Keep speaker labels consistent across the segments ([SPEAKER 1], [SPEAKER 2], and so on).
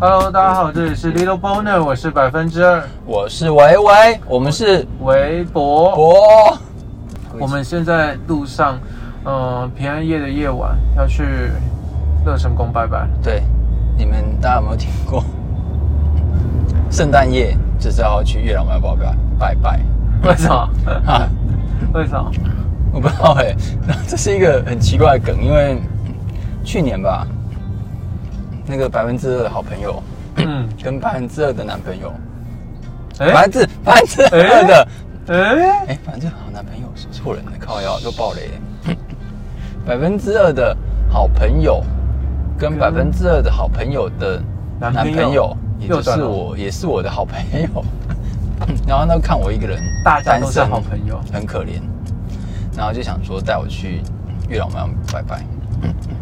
[SPEAKER 1] Hello，大家好，这里是 Little Boner，我是百分之二
[SPEAKER 2] 我是维维，我们是
[SPEAKER 1] 韦博。
[SPEAKER 2] 博，
[SPEAKER 1] 我们现在路上，嗯、平安夜的夜晚要去乐成宫拜 拜。
[SPEAKER 2] 对，你们大家有没有听过？ 圣诞夜就是要去月老庙拜拜拜 拜
[SPEAKER 1] 为什么？
[SPEAKER 2] 啊！
[SPEAKER 1] 为什么？
[SPEAKER 2] 我不知道 哎、这是一个很奇怪的梗，因为去年吧，那个百分之二的好朋友
[SPEAKER 1] 嗯，
[SPEAKER 2] 跟百分之二的男朋友，百
[SPEAKER 1] 哎
[SPEAKER 2] 分之百分之二的
[SPEAKER 1] 哎，
[SPEAKER 2] 哎，反正好男朋友是错人的，靠腰又爆雷了。嗯百分之二的好朋友跟
[SPEAKER 1] 跟
[SPEAKER 2] 百分之二的好朋友的
[SPEAKER 1] 男
[SPEAKER 2] 男
[SPEAKER 1] 朋友
[SPEAKER 2] 朋友，也
[SPEAKER 1] 又
[SPEAKER 2] 就
[SPEAKER 1] 转
[SPEAKER 2] 是
[SPEAKER 1] 了
[SPEAKER 2] 我，也是我的好朋友。 然后呢，看我一个人
[SPEAKER 1] 大家都是
[SPEAKER 2] 单身
[SPEAKER 1] 好朋友
[SPEAKER 2] 很可怜。然后就想说带我去月老庙拜拜。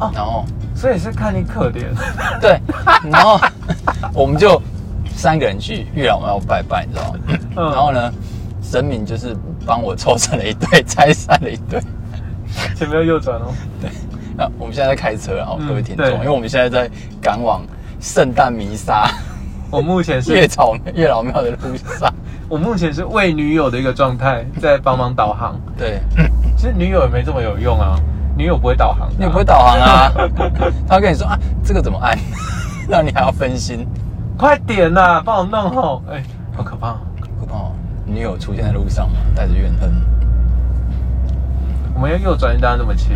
[SPEAKER 1] 哦
[SPEAKER 2] 然后
[SPEAKER 1] 所以是看你可 怜。
[SPEAKER 2] 对，然后我们就三个人去月老庙拜拜，你知道吗？
[SPEAKER 1] 嗯
[SPEAKER 2] 然后呢，神明就是帮我凑成了一对，拆散了一对。
[SPEAKER 1] 前面右转哦。
[SPEAKER 2] 啊，我们现在在开车啊，
[SPEAKER 1] 嗯
[SPEAKER 2] 各位听众，
[SPEAKER 1] 对
[SPEAKER 2] 因为我们现在在赶往圣诞弥撒、
[SPEAKER 1] 我目 前
[SPEAKER 2] 月
[SPEAKER 1] 是，
[SPEAKER 2] 草月老庙的路上。
[SPEAKER 1] 我目前是为女友的一个状态，在帮忙导航。
[SPEAKER 2] 对，
[SPEAKER 1] 其实女友也没这么有用啊，女友不会导航、啊，
[SPEAKER 2] 你不会导航啊？他会跟你说啊，这个怎么按？ 那你还要分心。
[SPEAKER 1] 快点呐、帮我弄好。哎、好可怕、哦。
[SPEAKER 2] 不怕哦女友出现在路上嘛，带着怨恨，
[SPEAKER 1] 我们要右转，大家这么切，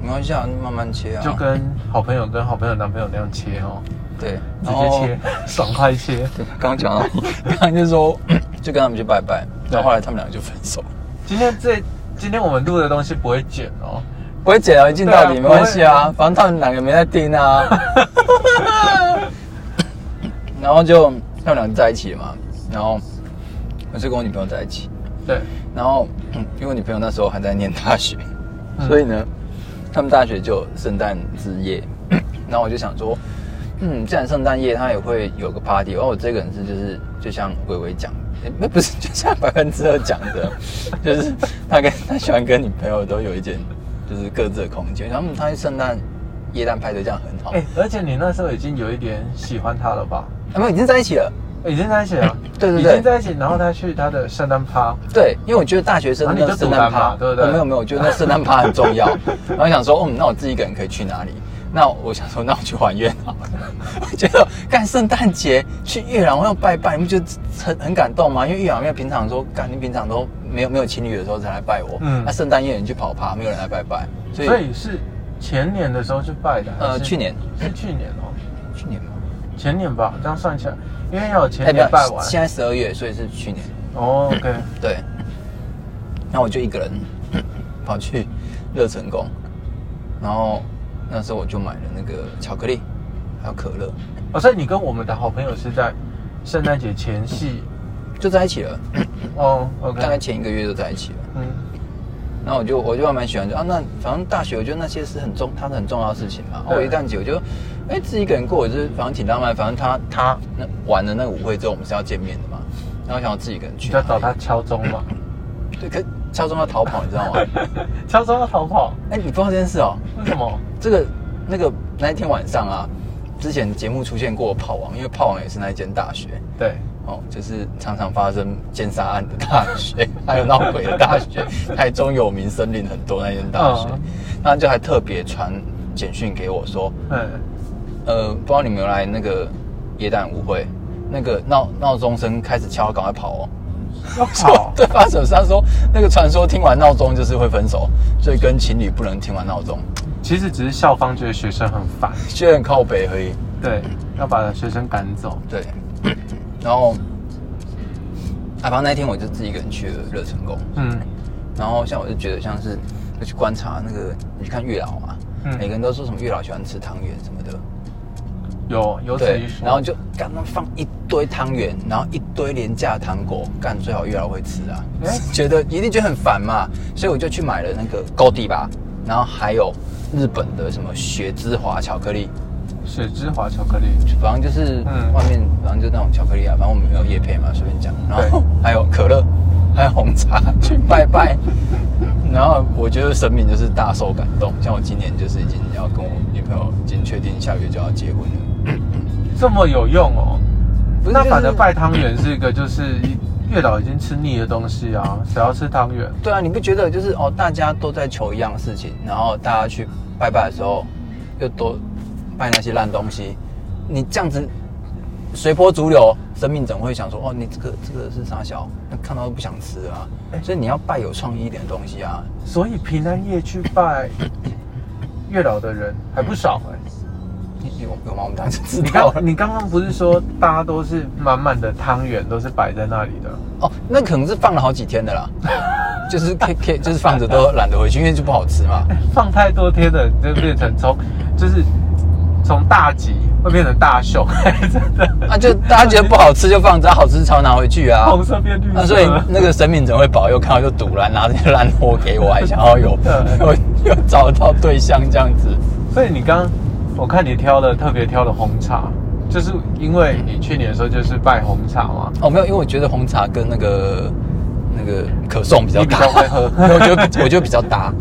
[SPEAKER 2] 没关系啊，慢慢切啊。
[SPEAKER 1] 就跟好朋友跟好朋友男朋友那样切哦，
[SPEAKER 2] 对，
[SPEAKER 1] 直接
[SPEAKER 2] 然后
[SPEAKER 1] 切， 爽快切。
[SPEAKER 2] 刚刚讲到， 刚刚就说就跟他们去拜拜，
[SPEAKER 1] 对
[SPEAKER 2] 然后后来他们两个就分手。
[SPEAKER 1] 今天这今天我们录的东西不会剪哦，
[SPEAKER 2] 不会剪啊，一镜到
[SPEAKER 1] 对
[SPEAKER 2] 底
[SPEAKER 1] 啊
[SPEAKER 2] 没关系啊，反正他们两个没在 盯啊。然后就他们两个在一起了嘛，然后我就跟我女朋友在一起，
[SPEAKER 1] 对，
[SPEAKER 2] 然后、嗯因为我女朋友那时候还在念大学，
[SPEAKER 1] 嗯
[SPEAKER 2] 所以呢，他们大学就有圣诞之夜， 然后我就想说，嗯，既然圣诞夜他也会有个 party，然后我这个人是就是就像微微讲，诶不不是就像百分之二讲的， 就是他跟他喜欢跟女朋友都有一点就是各自的空间，他们他去圣诞夜蛋派对这样很好，
[SPEAKER 1] 哎、而且你那时候已经有一点喜欢他了吧？
[SPEAKER 2] 他们已经在一起了，
[SPEAKER 1] 哎已经在一起了，
[SPEAKER 2] 对对
[SPEAKER 1] 已
[SPEAKER 2] 对
[SPEAKER 1] 经在一起，然后他去他的圣诞趴，
[SPEAKER 2] 对，因为我觉得大学生
[SPEAKER 1] 然后你
[SPEAKER 2] 那
[SPEAKER 1] 就
[SPEAKER 2] 圣
[SPEAKER 1] 独
[SPEAKER 2] 诞
[SPEAKER 1] 揽嘛
[SPEAKER 2] 趴，
[SPEAKER 1] 对不对
[SPEAKER 2] 哦没有没有，我觉得 那圣诞趴很重要。然后想说，嗯，那我自己一个人可以去哪里？那我想说，那我去还愿好了。 我觉得干圣诞节去月老庙拜拜，你不觉得很很感动吗？因为月老庙平常说，干你平常都没有没有情侣的时候才来拜我，
[SPEAKER 1] 嗯
[SPEAKER 2] 那、圣诞夜你去跑趴，没有人来拜拜，所以
[SPEAKER 1] 所以是前年的时候去拜的，
[SPEAKER 2] 呃
[SPEAKER 1] 还是
[SPEAKER 2] 去年
[SPEAKER 1] 是去年哦，
[SPEAKER 2] 去年嘛，
[SPEAKER 1] 前年吧，这样算起来，因为要有前
[SPEAKER 2] 哎
[SPEAKER 1] 年
[SPEAKER 2] 不
[SPEAKER 1] 拜完，
[SPEAKER 2] 现在十二月，所以是去年。
[SPEAKER 1] 哦，OK，
[SPEAKER 2] 对，那我就一个人跑去乐成宫，然后那时候我就买了那个巧克力，还有可乐，
[SPEAKER 1] 哦，所以你跟我们的好朋友是在圣诞节前夕，
[SPEAKER 2] 就在一起了，
[SPEAKER 1] 哦
[SPEAKER 2] 大概
[SPEAKER 1] ，OK，
[SPEAKER 2] 前一个月就在一起了。
[SPEAKER 1] 嗯。
[SPEAKER 2] 然后我就我就还蛮喜欢就啊，那反正大学我觉得那些是很重，它是很重要的事情嘛。
[SPEAKER 1] 对
[SPEAKER 2] 我一旦节我就哎自己一个人过，我就是反正挺浪漫。反正他他那玩了那个舞会之后，我们是要见面的嘛。然后我想要自己一个人去
[SPEAKER 1] 你
[SPEAKER 2] 哪
[SPEAKER 1] 要
[SPEAKER 2] 里，
[SPEAKER 1] 找他敲钟嘛？
[SPEAKER 2] 对，可敲钟要逃跑，你知道吗？
[SPEAKER 1] 敲钟要逃跑？
[SPEAKER 2] 哎，你不知道这件事哦、
[SPEAKER 1] 为什么？
[SPEAKER 2] 这个那个那一天晚上啊，之前节目出现过炮王，因为炮王也是那一间大学
[SPEAKER 1] 对，
[SPEAKER 2] 哦，就是常常发生奸杀案的大学，还有闹鬼的大学，台中有名森林很多那间大学
[SPEAKER 1] 嗯，
[SPEAKER 2] 那就还特别传简讯给我说，
[SPEAKER 1] 嗯，
[SPEAKER 2] 呃，不知道你们有来那个耶诞舞会，那个闹闹钟声开始敲，赶快跑哦。
[SPEAKER 1] 要跑
[SPEAKER 2] 对发生什么事？他说那个传说听完闹钟就是会分手，所以跟情侣不能听完闹钟，
[SPEAKER 1] 其实只是校方觉得学生很烦，
[SPEAKER 2] 觉得很靠北而已。
[SPEAKER 1] 对，要把学生赶走。
[SPEAKER 2] 对， 然后啊，反正那一天我就自己一个人去了乐成宫，
[SPEAKER 1] 嗯，
[SPEAKER 2] 然后像我就觉得像是就去观察那个，你去看月老啊，
[SPEAKER 1] 嗯
[SPEAKER 2] 每个人都说什么月老喜欢吃汤圆什么的，
[SPEAKER 1] 有有此一
[SPEAKER 2] 对，
[SPEAKER 1] 说。
[SPEAKER 2] 然后就干那放一堆汤圆，然后一堆廉价的糖果，干最好月老会吃啊，
[SPEAKER 1] 哎
[SPEAKER 2] 觉得一定觉得很烦嘛，所以我就去买了那个高地吧，然后还有日本的什么雪之华巧克力，
[SPEAKER 1] 雪之华巧克力，
[SPEAKER 2] 反正就是
[SPEAKER 1] 嗯
[SPEAKER 2] 外面，反正就那种巧克力啊，反正我们没有夜然后还有可乐，还有红茶去拜拜。然后我觉得神明就是大受感动，像我今年就是已经要跟我女朋友已经确定下个月就要结婚了。
[SPEAKER 1] 这么有用哦。
[SPEAKER 2] 不是
[SPEAKER 1] 那
[SPEAKER 2] 就是
[SPEAKER 1] 反正拜汤圆是一个就是月老已经吃腻的东西啊，谁要吃汤圆？
[SPEAKER 2] 对啊，你不觉得就是哦，大家都在求一样事情，然后大家去拜拜的时候，又多拜那些烂东西，你这样子随波逐流，生命总会想说哦，你这个这个是啥小，那看到都不想吃啊。所以你要拜有创意一点的东西啊。
[SPEAKER 1] 所以平安夜去拜月老的人还不少哎、
[SPEAKER 2] 你有有吗？我们当然是知
[SPEAKER 1] 你
[SPEAKER 2] 道了
[SPEAKER 1] 刚。你刚刚不是说大家都是满满的汤圆都是摆在那里的？
[SPEAKER 2] 哦，那可能是放了好几天的啦， 就是可以可以就是放着都懒得回去，因为就不好吃嘛。
[SPEAKER 1] 放太多天了，你就变成从就是从大吉会变成大 凶，真的。
[SPEAKER 2] 啊，就大家觉得不好吃就放着，好吃才拿回去啊。
[SPEAKER 1] 红色变绿色。
[SPEAKER 2] 那所以那个神明怎么会保佑？看到就堵了，拿这些烂货给我，还想 要有有有找到对象这样子。
[SPEAKER 1] 所以你刚我看你挑了特别挑了红茶，就是因为你去年的时候就是拜红茶嘛。
[SPEAKER 2] 哦，没有，因为我觉得红茶跟那个那个可颂比较搭，
[SPEAKER 1] 你比较会喝
[SPEAKER 2] 我觉得我觉得比较搭，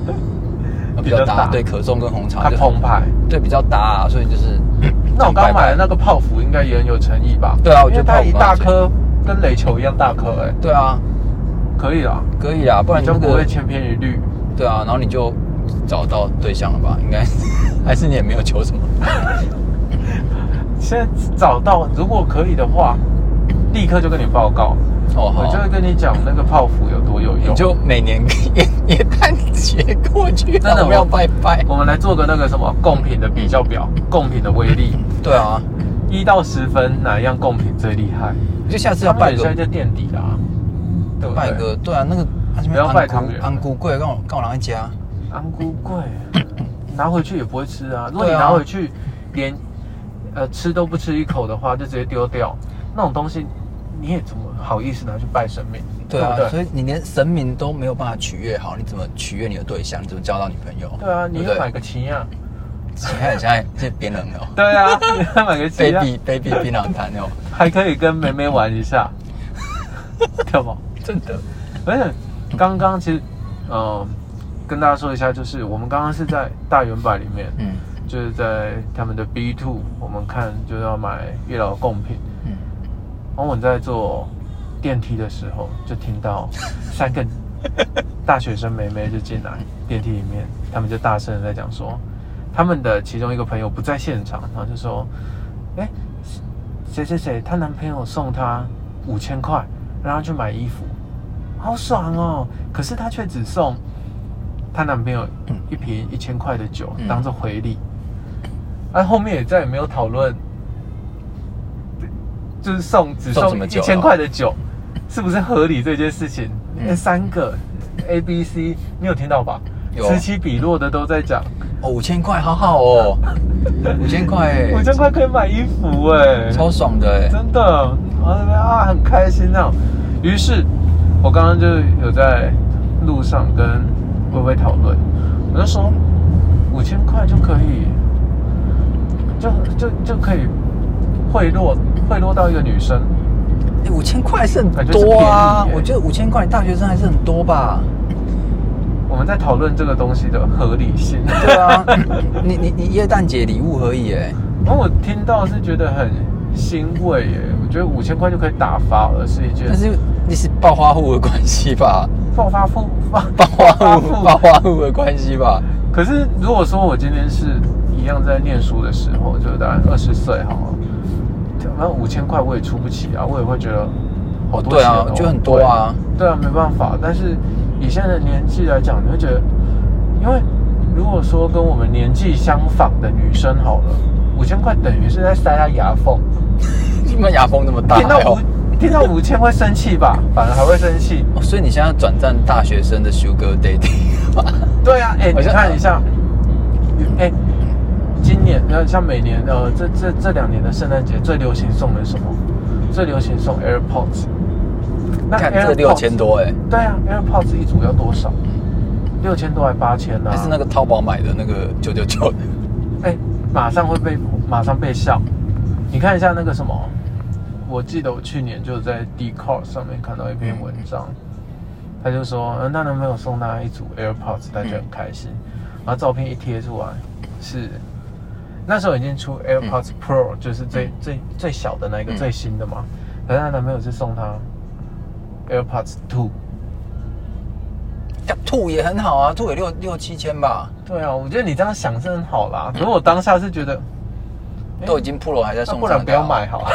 [SPEAKER 1] 比
[SPEAKER 2] 比较
[SPEAKER 1] 较搭
[SPEAKER 2] 搭。对，可颂跟红茶
[SPEAKER 1] 它
[SPEAKER 2] 就
[SPEAKER 1] 澎湃。
[SPEAKER 2] 对比较搭、啊，所以就是。
[SPEAKER 1] 那我刚买的
[SPEAKER 2] 那
[SPEAKER 1] 那个泡芙应该也很有诚意吧？
[SPEAKER 2] 对啊我觉得
[SPEAKER 1] 因为它
[SPEAKER 2] 泡芙
[SPEAKER 1] 一
[SPEAKER 2] 蛮
[SPEAKER 1] 大
[SPEAKER 2] 有诚意
[SPEAKER 1] 颗跟垒球一样大颗，哎，
[SPEAKER 2] 对啊，
[SPEAKER 1] 可以啦，
[SPEAKER 2] 可以啦，啊不然
[SPEAKER 1] 你
[SPEAKER 2] 你
[SPEAKER 1] 就
[SPEAKER 2] 那
[SPEAKER 1] 不会
[SPEAKER 2] 个
[SPEAKER 1] 千篇一律。
[SPEAKER 2] 对啊，然后你就找到对象了吧？应该 还是你也没有求什么。
[SPEAKER 1] 现在找到，如果可以的话，立刻就跟你报告，
[SPEAKER 2] 哦，好
[SPEAKER 1] 我就
[SPEAKER 2] 啊，
[SPEAKER 1] 会跟你讲那个泡芙有多有
[SPEAKER 2] 你
[SPEAKER 1] 用。
[SPEAKER 2] 就每年也也探节过去，
[SPEAKER 1] 真的
[SPEAKER 2] 我们要
[SPEAKER 1] 我
[SPEAKER 2] 拜拜。
[SPEAKER 1] 我们来做个那个什么贡品的比较表，贡品的威力，
[SPEAKER 2] 对啊，
[SPEAKER 1] 一到十分哪一样贡品最厉害？
[SPEAKER 2] 就下次要
[SPEAKER 1] 他们
[SPEAKER 2] 拜
[SPEAKER 1] 也现在在
[SPEAKER 2] 个
[SPEAKER 1] 垫底啦，对不对？
[SPEAKER 2] 拜个，对啊，那个
[SPEAKER 1] 不要拜汤圆
[SPEAKER 2] 安菇贵，跟我跟我拿一家。
[SPEAKER 1] 安菇贵， 拿回去也不会吃啊。如果你
[SPEAKER 2] 对啊
[SPEAKER 1] 拿回去连呃吃都不吃一口的话，就直接丢掉，那种东西你也怎么好意思拿去拜神明？
[SPEAKER 2] 对啊
[SPEAKER 1] 不，对
[SPEAKER 2] 所以你连神明都没有办法取悦好，你怎么取悦你的对象？你怎么交到女朋友？
[SPEAKER 1] 对啊，你
[SPEAKER 2] 对
[SPEAKER 1] 要
[SPEAKER 2] 不
[SPEAKER 1] 买
[SPEAKER 2] 对？
[SPEAKER 1] 个旗啊，
[SPEAKER 2] 现在现在这边人哦
[SPEAKER 1] 对啊，你要买个旗啊，
[SPEAKER 2] ，baby baby 槟榔摊哦，
[SPEAKER 1] 还可以跟梅梅玩一下，对吧？
[SPEAKER 2] 真的。
[SPEAKER 1] 而且刚刚其实，嗯、跟大家说一下，就是我们刚刚是在大圆板里面，
[SPEAKER 2] 嗯
[SPEAKER 1] 就是在他们的 B two，我们看就是要买月老的贡品。
[SPEAKER 2] 嗯，
[SPEAKER 1] 然后我在坐电梯的时候，就听 到三个大学生妹妹就进来电梯里面，他们就大声的在讲说，他们的其中一个朋友不在现场，然后就说，哎，谁谁谁，她男朋友送她五千块，让她去买衣服，好爽哦！可是她却只送她男朋友
[SPEAKER 2] 嗯
[SPEAKER 1] 一瓶一千块的酒
[SPEAKER 2] 嗯
[SPEAKER 1] 当做回礼，而、啊后面也再也没有讨论。就是送只
[SPEAKER 2] 送什
[SPEAKER 1] 送
[SPEAKER 2] 么
[SPEAKER 1] 一
[SPEAKER 2] 酒啊
[SPEAKER 1] 千块的酒，是不是合理这件事情？
[SPEAKER 2] 嗯
[SPEAKER 1] 那三个 A、B、C，你有听到吧？
[SPEAKER 2] 有
[SPEAKER 1] 此起彼落的都在讲，
[SPEAKER 2] 哦，五千块，好 好哦，五千块欸，
[SPEAKER 1] 五千块可以买衣服哎、
[SPEAKER 2] 超爽的欸。
[SPEAKER 1] 真的，然后那边啊很开心那种。于是，我刚刚就有在路上跟微微讨论，我就说五千块就可以，就就就可以贿赂贿赂到一个女生。
[SPEAKER 2] 哎，五千块是很
[SPEAKER 1] 感觉是
[SPEAKER 2] 多啊
[SPEAKER 1] 便宜，欸
[SPEAKER 2] 我觉得五千块大学生还是很 多吧。
[SPEAKER 1] 我们在讨论这个东西的合理性。
[SPEAKER 2] 对啊，你你你耶诞节礼物而已哎，
[SPEAKER 1] 然后我听到是觉得很欣慰耶，我觉得五千块就可以打发了，是一件
[SPEAKER 2] 但是你是暴发户的关系吧？
[SPEAKER 1] 暴发户暴
[SPEAKER 2] 暴发户
[SPEAKER 1] 户
[SPEAKER 2] 暴发户的关系吧？
[SPEAKER 1] 可是如果说我今天是一样在念书的时候，就是大概二十岁好了，那五千块我也出不起啊，我也会觉得好多
[SPEAKER 2] 对
[SPEAKER 1] 钱、
[SPEAKER 2] 啊
[SPEAKER 1] 哦，
[SPEAKER 2] 就很多啊
[SPEAKER 1] 对。对啊，没办法。但是以现在的年纪来讲，你会觉得，因为如果说跟我们年纪相仿的女生好了，五千块等于是在塞她牙缝，
[SPEAKER 2] 你们牙缝那么大
[SPEAKER 1] 听到
[SPEAKER 2] 哦
[SPEAKER 1] 五。听到五千会生气吧？反而还会生气。
[SPEAKER 2] 哦所以你现在转战大学生的 Sugar Daddy 吧？
[SPEAKER 1] 对啊，哎、
[SPEAKER 2] 好
[SPEAKER 1] 你
[SPEAKER 2] 像
[SPEAKER 1] 看一下，哎、今年呃，像每年呃，这这这两年的圣诞节最流行送的是什么？最流行送 AirPods。
[SPEAKER 2] 看这个
[SPEAKER 1] AirPods-
[SPEAKER 2] 六千。多哎，
[SPEAKER 1] 对啊，AirPods 一组要多少？六千多还八千啊呢？
[SPEAKER 2] 还是那个淘宝买的那个九九 九，
[SPEAKER 1] 哎、马上会被马上被笑。你看一下那个什么，我记得我去年就在 d c a r 上面看到一篇文章，
[SPEAKER 2] 嗯
[SPEAKER 1] 他就说，嗯，她男朋友送她一组 AirPods，她就很开心。
[SPEAKER 2] 嗯
[SPEAKER 1] 然后照片一贴出来，是那时候已经出 AirPods Pro，、就是最、
[SPEAKER 2] 嗯
[SPEAKER 1] 最最小的那个、
[SPEAKER 2] 嗯
[SPEAKER 1] 最新的嘛。可是她男朋友是送她 AirPods Two。
[SPEAKER 2] 干兔也很好啊，兔也六六七千吧，
[SPEAKER 1] 对啊，我觉得你这样想是很好
[SPEAKER 2] 嗯
[SPEAKER 1] 啦。可是我当下是觉得，哎
[SPEAKER 2] 都已经 Pro 还在
[SPEAKER 1] 那
[SPEAKER 2] 送，
[SPEAKER 1] 不然不要买，好了。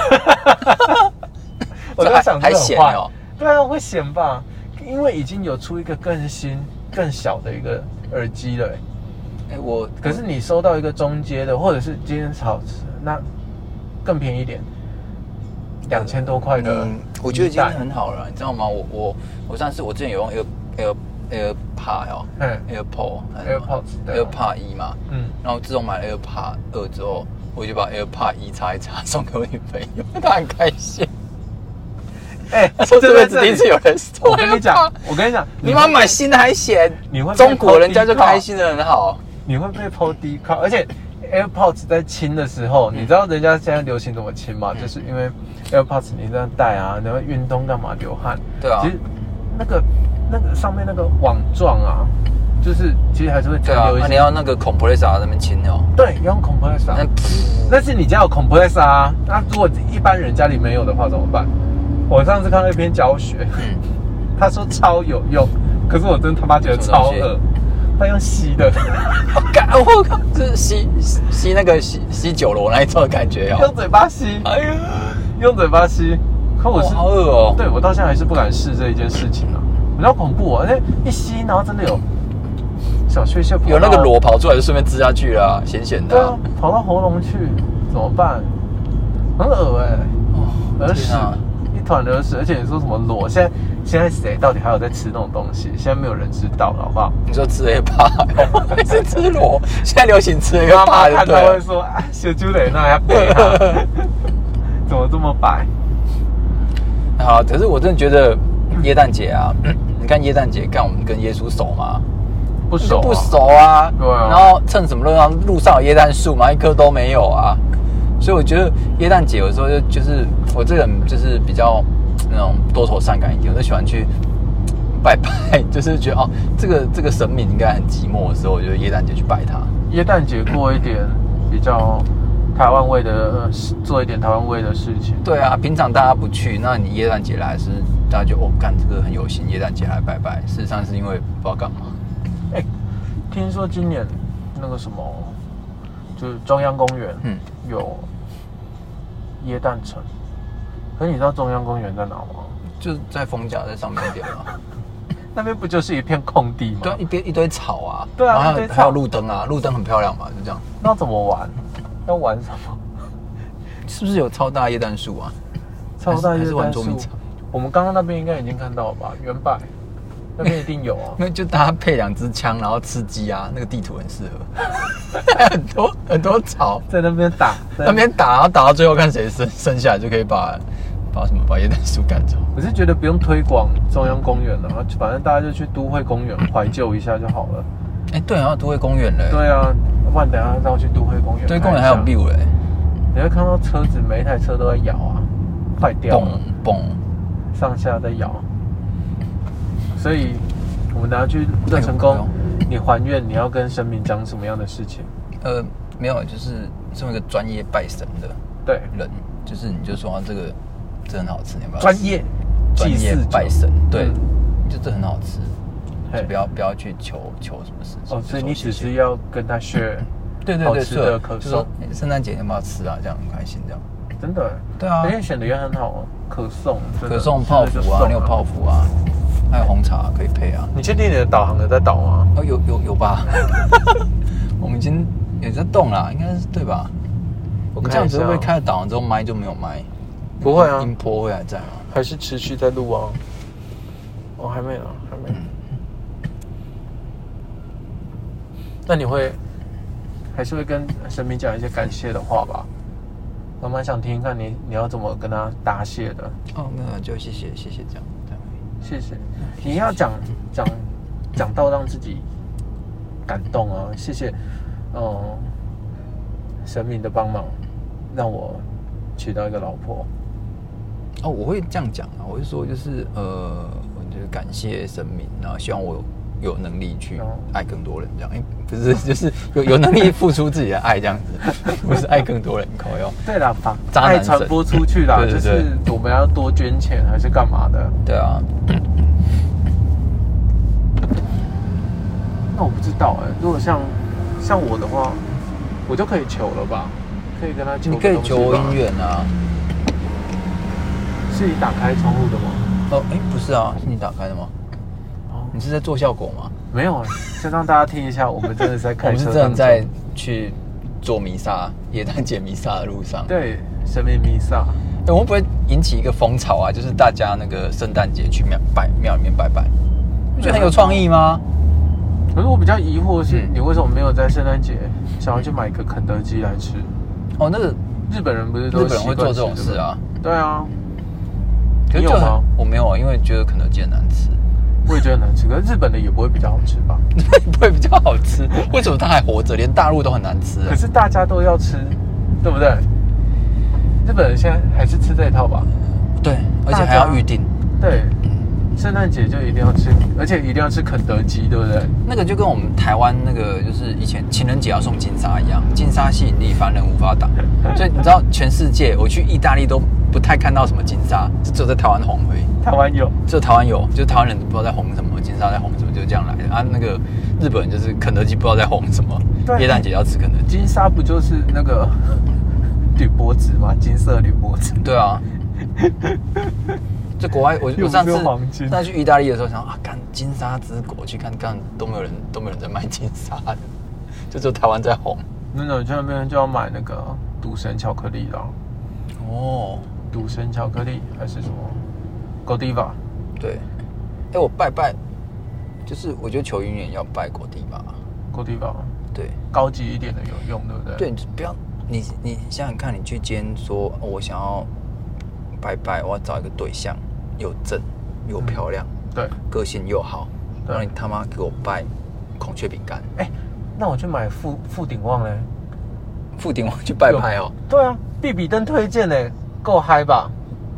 [SPEAKER 1] 我
[SPEAKER 2] 这
[SPEAKER 1] 就
[SPEAKER 2] 还
[SPEAKER 1] 想
[SPEAKER 2] 还
[SPEAKER 1] 这很
[SPEAKER 2] 显
[SPEAKER 1] 坏
[SPEAKER 2] 哦。
[SPEAKER 1] 对啊，会显吧？因为已经有出一个更新、更小的一个耳机了欸、
[SPEAKER 2] 哎，我
[SPEAKER 1] 可是你收到一个中阶的，或者是今天好吃，那更便宜一点，两千多块的
[SPEAKER 2] 嗯，我觉得已经
[SPEAKER 1] 一代
[SPEAKER 2] 很好了，你知道吗？我我我上次我之前有用 Air Air AirPod 哦
[SPEAKER 1] 嗯
[SPEAKER 2] ，AirPod 还是什么
[SPEAKER 1] AirPods 啊的
[SPEAKER 2] AirPod 一嘛，
[SPEAKER 1] 嗯，
[SPEAKER 2] 然后自从买了 AirPod 二之后，我就把 AirPod 一插一插 送给我女朋友，她很开心。
[SPEAKER 1] 哎、
[SPEAKER 2] 她说
[SPEAKER 1] 就
[SPEAKER 2] 这
[SPEAKER 1] 在
[SPEAKER 2] 辈子第一次有人送
[SPEAKER 1] 我跟你讲
[SPEAKER 2] AirPod，，
[SPEAKER 1] 我跟你讲，
[SPEAKER 2] 哦啊你妈买新的还嫌，
[SPEAKER 1] 你会被
[SPEAKER 2] 中国人家就开心的很好。
[SPEAKER 1] 你会被抛低靠，而且 AirPods 在亲的时候，你知道人家现在流行怎么亲吗？
[SPEAKER 2] 嗯
[SPEAKER 1] 就是因为 AirPods 你这样戴啊，然后运动干嘛流汗？
[SPEAKER 2] 对啊
[SPEAKER 1] 其实那个那个上面那个网状啊，就是其实还是会啊
[SPEAKER 2] 对
[SPEAKER 1] 残
[SPEAKER 2] 啊
[SPEAKER 1] 留一，
[SPEAKER 2] 那
[SPEAKER 1] 些。
[SPEAKER 2] 你要那个 compressor 那边亲哦，
[SPEAKER 1] 对，用 compressor，
[SPEAKER 2] 那
[SPEAKER 1] 啊但是你家有 compressor 啊？那如果一般人家里没有的话怎么办？我上次看到一篇教学，
[SPEAKER 2] 嗯，
[SPEAKER 1] 他说超有用，可是我真他妈觉得
[SPEAKER 2] 什么
[SPEAKER 1] 超
[SPEAKER 2] 东西哦
[SPEAKER 1] 恶，他用吸的。
[SPEAKER 2] 我感我靠，这是吸吸吸那个吸吸酒楼那一种的感觉哦
[SPEAKER 1] 用。嘴巴吸，
[SPEAKER 2] 哎呀，
[SPEAKER 1] 用嘴巴吸。可我
[SPEAKER 2] 我
[SPEAKER 1] 是，
[SPEAKER 2] 好恶哦。
[SPEAKER 1] 对我到现在还是不敢试这一件事情啊，比较恐怖啊！那一吸，然后真的有小雀雀跑到
[SPEAKER 2] 有那个螺，跑出来就顺便吃下去了啊，咸咸
[SPEAKER 1] 对
[SPEAKER 2] 的
[SPEAKER 1] 啊
[SPEAKER 2] 啊。，
[SPEAKER 1] 跑到喉咙去，怎么办？很恶哎、
[SPEAKER 2] 哦
[SPEAKER 1] 耳屎
[SPEAKER 2] 天啊，
[SPEAKER 1] 一团耳屎，而且你说什么裸？现在现在谁到底还有在吃那种东西？现在没有人知道了，好不好？
[SPEAKER 2] 你说吃 A 趴，还是吃螺？现在流行吃 A
[SPEAKER 1] 妈妈
[SPEAKER 2] 趴，对
[SPEAKER 1] 看
[SPEAKER 2] 不
[SPEAKER 1] 到会
[SPEAKER 2] 对？
[SPEAKER 1] 说啊，小猪脸那要背 啊，怎么这么白？
[SPEAKER 2] 好，可是我真的觉得耶诞节啊，你看耶诞节，看我们跟耶稣熟吗？
[SPEAKER 1] 不
[SPEAKER 2] 就
[SPEAKER 1] 熟、啊，
[SPEAKER 2] 不熟啊。
[SPEAKER 1] 对啊
[SPEAKER 2] 然后趁什么路上路上有椰蛋树嘛，一棵都没有啊。所以我觉得椰蛋节有时候就就是我这个人就是比较嗯那种多愁善感一点，我就喜欢去拜拜， 就是觉得哦，这个这个神明应该很寂寞的时候，我就椰蛋节去拜他。
[SPEAKER 1] 耶诞节过一点比较台湾味的，呃做一点台湾味的事情。
[SPEAKER 2] 对啊，平常大家不去，那你椰蛋节来是大家就哦，干这个很有心，椰蛋节来拜拜。事实上是因为不知道干嘛。
[SPEAKER 1] 哎、听说今年那个什么，就是中央公园，
[SPEAKER 2] 嗯
[SPEAKER 1] 有耶诞城。可是你知道中央公园在哪吗？
[SPEAKER 2] 就是在风甲在上面一点嘛，
[SPEAKER 1] 那边不就是一片空地吗？
[SPEAKER 2] 对啊，一堆一堆草啊，
[SPEAKER 1] 对啊
[SPEAKER 2] 然后还
[SPEAKER 1] 一堆
[SPEAKER 2] 有
[SPEAKER 1] 草
[SPEAKER 2] 还有路灯啊，路灯很漂亮嘛，就这样。
[SPEAKER 1] 那怎么玩？要玩什么？
[SPEAKER 2] 是不是有超大叶蛋树啊？
[SPEAKER 1] 超大
[SPEAKER 2] 还
[SPEAKER 1] 耶
[SPEAKER 2] 是玩
[SPEAKER 1] 诞
[SPEAKER 2] 捉
[SPEAKER 1] 树
[SPEAKER 2] 迷藏。
[SPEAKER 1] 我们刚刚那边应该已经看到了吧？原版那边一定有 啊。
[SPEAKER 2] 那就大家配两支枪，然后吃鸡啊，那个地图很适合， 很多很多草，
[SPEAKER 1] 在那边打，在
[SPEAKER 2] 那边打，然后打到最后看谁剩剩下来就可以把把什么把叶蛋树赶走。
[SPEAKER 1] 我是觉得不用推广中央公园了、啊，反正大家就去都会公园怀旧一下就好了。
[SPEAKER 2] 哎、对啊，都会公园嘞，
[SPEAKER 1] 对啊，不然等一下让我去都会公园。
[SPEAKER 2] 都会公园还有欸 view 嘞，
[SPEAKER 1] 你会看到车子每一台车都在摇啊，坏掉
[SPEAKER 2] 蹦
[SPEAKER 1] 了，
[SPEAKER 2] 蹦。
[SPEAKER 1] 上下在摇。啊所以我们等下去乐成功，
[SPEAKER 2] 哎呦
[SPEAKER 1] 你还愿你要跟神明讲什么样的事情？
[SPEAKER 2] 呃，没有，就是身为一个专业拜神的
[SPEAKER 1] 对，
[SPEAKER 2] 人，就是你就说、啊、这个这很好吃，你要不要吃
[SPEAKER 1] 专业
[SPEAKER 2] 呃专
[SPEAKER 1] 祭
[SPEAKER 2] 业
[SPEAKER 1] 祀者
[SPEAKER 2] 拜神，对，
[SPEAKER 1] 嗯
[SPEAKER 2] 就这很好吃，
[SPEAKER 1] 嘿
[SPEAKER 2] 就不要不要去求求什么事情。
[SPEAKER 1] 哦，所以你只
[SPEAKER 2] 是。
[SPEAKER 1] 是要跟他学，
[SPEAKER 2] 对对
[SPEAKER 1] 好
[SPEAKER 2] 对，
[SPEAKER 1] 吃
[SPEAKER 2] 是啊
[SPEAKER 1] 的可
[SPEAKER 2] 就
[SPEAKER 1] 颂
[SPEAKER 2] 说诶圣诞节要不要吃啊？这样很开心，这样
[SPEAKER 1] 真的。
[SPEAKER 2] 对啊
[SPEAKER 1] 而且选的也很好哦，可颂，真的
[SPEAKER 2] 可颂泡
[SPEAKER 1] 真的
[SPEAKER 2] 芙
[SPEAKER 1] 就
[SPEAKER 2] 啊，
[SPEAKER 1] 送
[SPEAKER 2] 你有泡芙啊，还有红茶可以配啊。
[SPEAKER 1] 你确定你的导航有在导吗？
[SPEAKER 2] 哦，有有 有吧？我们已经也在动啦，应该是对吧？
[SPEAKER 1] 我
[SPEAKER 2] 你
[SPEAKER 1] 看
[SPEAKER 2] 这样子
[SPEAKER 1] 一下
[SPEAKER 2] 会不会
[SPEAKER 1] 哦
[SPEAKER 2] 开了导航之后麦就没有麦？
[SPEAKER 1] 不会啊
[SPEAKER 2] 音波会还在吗？
[SPEAKER 1] 还是持续在录啊？哦，还没有，还没有。那你会还是会跟神明讲一些感谢的话吧？我蛮想听听看你你要怎么跟他答谢的，
[SPEAKER 2] 哦，没有，就谢谢谢谢这样。这样
[SPEAKER 1] 谢谢。你要讲讲讲到让自己感动啊！谢谢，嗯，神明的帮忙，让我娶到一个老婆，
[SPEAKER 2] 哦，我会这样讲啊，我会说就是呃，我就是感谢神明，然后希望我有能力去
[SPEAKER 1] 哦
[SPEAKER 2] 爱更多人这样，哎、不是，就是有有能力付出自己的爱这样子，不是爱更多人口哟。
[SPEAKER 1] 对啦，把
[SPEAKER 2] 渣男
[SPEAKER 1] 爱传播出去啦，
[SPEAKER 2] 神对对对
[SPEAKER 1] 就是我们要多捐钱还是干嘛的？
[SPEAKER 2] 对啊，
[SPEAKER 1] 那我不知道哎、如果像像我的话，我就可以求了吧？可以跟他求
[SPEAKER 2] 你
[SPEAKER 1] 个
[SPEAKER 2] 可以
[SPEAKER 1] 东西吧，
[SPEAKER 2] 求姻缘啊。
[SPEAKER 1] 是你打开窗户的吗？
[SPEAKER 2] 哦，哎、不是啊，是你打开的吗？
[SPEAKER 1] 哦，
[SPEAKER 2] 你是在做效果吗？
[SPEAKER 1] 没有、欸，先让大家听一下，我们真的是在
[SPEAKER 2] 我
[SPEAKER 1] 开
[SPEAKER 2] 们是
[SPEAKER 1] 车，
[SPEAKER 2] 真的在。去做弥撒，也在解弥撒的路上。
[SPEAKER 1] 对，神明弥撒，
[SPEAKER 2] 哎，我们会不会引起一个风潮啊？就是大家那个圣诞节去庙拜庙里面拜拜，不觉得很有创意吗？
[SPEAKER 1] 可是我比较疑惑是，
[SPEAKER 2] 嗯
[SPEAKER 1] 你为什么没有在圣诞节想要去买个肯德基来吃？
[SPEAKER 2] 哦，那个
[SPEAKER 1] 日本人不是
[SPEAKER 2] 日
[SPEAKER 1] 都
[SPEAKER 2] 本人会
[SPEAKER 1] 习惯
[SPEAKER 2] 做这种
[SPEAKER 1] 吃的
[SPEAKER 2] 事啊
[SPEAKER 1] 吗？对啊，
[SPEAKER 2] 可
[SPEAKER 1] 你
[SPEAKER 2] 是
[SPEAKER 1] 有
[SPEAKER 2] 就很
[SPEAKER 1] 吗？
[SPEAKER 2] 我没有，因为觉得肯德基很难吃，
[SPEAKER 1] 我也觉得难吃，可是日本的也不会比较好吃吧？
[SPEAKER 2] 不会比较好吃。为什么它还活着？连大陆都很难吃啊
[SPEAKER 1] 可。是大家都要吃，对不对？日本人现在还是吃这一套吧？
[SPEAKER 2] 对，而且
[SPEAKER 1] 大
[SPEAKER 2] 还要
[SPEAKER 1] 家
[SPEAKER 2] 预定。
[SPEAKER 1] 对，圣诞节就一定要吃，而且一定要吃肯德基，对不对？
[SPEAKER 2] 那个就跟我们台湾那个就是以前情人节要送金沙一样，金沙吸引力凡人无法挡。所以你知道全世界，我去意大利都不太看到什么金沙，就只有在台湾红而已。
[SPEAKER 1] 台湾有，
[SPEAKER 2] 只有台湾有，就是台湾人不知道在红什么，金沙在红什么，就这样来的啊。那个日本人就是肯德基不知道在红什么，
[SPEAKER 1] 对
[SPEAKER 2] 耶诞节要吃肯德基。
[SPEAKER 1] 金沙不就是那个 铝箔纸吗？金色铝箔纸。
[SPEAKER 2] 对啊，这国外我
[SPEAKER 1] 又
[SPEAKER 2] 我上
[SPEAKER 1] 不
[SPEAKER 2] 次
[SPEAKER 1] 是黄金
[SPEAKER 2] 上次去意大利的时候想啊，干金沙之国去看看都没有人都没有人在卖金沙的，就只有台湾在红。
[SPEAKER 1] 那种去那边就要买那个赌神巧克力了，
[SPEAKER 2] 哦，
[SPEAKER 1] 赌神巧克力还是什么？Godiva，
[SPEAKER 2] 对，哎、我拜拜，就是我觉得求姻缘要拜国地吧，
[SPEAKER 1] Godiva
[SPEAKER 2] 对。
[SPEAKER 1] 高级一点的有用，对不对？
[SPEAKER 2] 对，，你不要你你想想看，你去今天说、哦我想要拜拜，我要找一个对象，又正又漂亮，
[SPEAKER 1] 对，
[SPEAKER 2] 个性又好，
[SPEAKER 1] 嗯对
[SPEAKER 2] 然后你他妈给我拜孔雀饼干，
[SPEAKER 1] 哎、那我去买富富鼎旺嘞。
[SPEAKER 2] 富鼎王去拜拜哦，
[SPEAKER 1] 对啊，比比登推荐嘞，够嗨吧？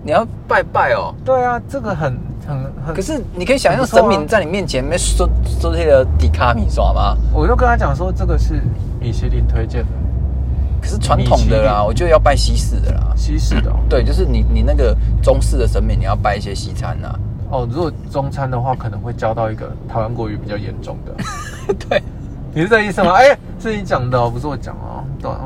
[SPEAKER 2] 你要拜拜哦。
[SPEAKER 1] 对啊，这个很很很。
[SPEAKER 2] 可是你可以想象
[SPEAKER 1] 很不错
[SPEAKER 2] 神
[SPEAKER 1] 啊
[SPEAKER 2] 明在你面前没说说这个迪卡米啊耍吗？
[SPEAKER 1] 我就跟他讲说，这个是米其林推荐的，
[SPEAKER 2] 可是传统的
[SPEAKER 1] 米其
[SPEAKER 2] 啦，
[SPEAKER 1] 林
[SPEAKER 2] 我觉得要拜西式的啦。
[SPEAKER 1] 西式的哦。
[SPEAKER 2] 对，就是你你那个中式的神明，你要拜一些西餐 啊。
[SPEAKER 1] 哦如果中餐的话，可能会教到一个台湾国语比较严重的。
[SPEAKER 2] 对，
[SPEAKER 1] 你是这意思吗？哎、是你讲的、哦，不是我讲哦。对啊，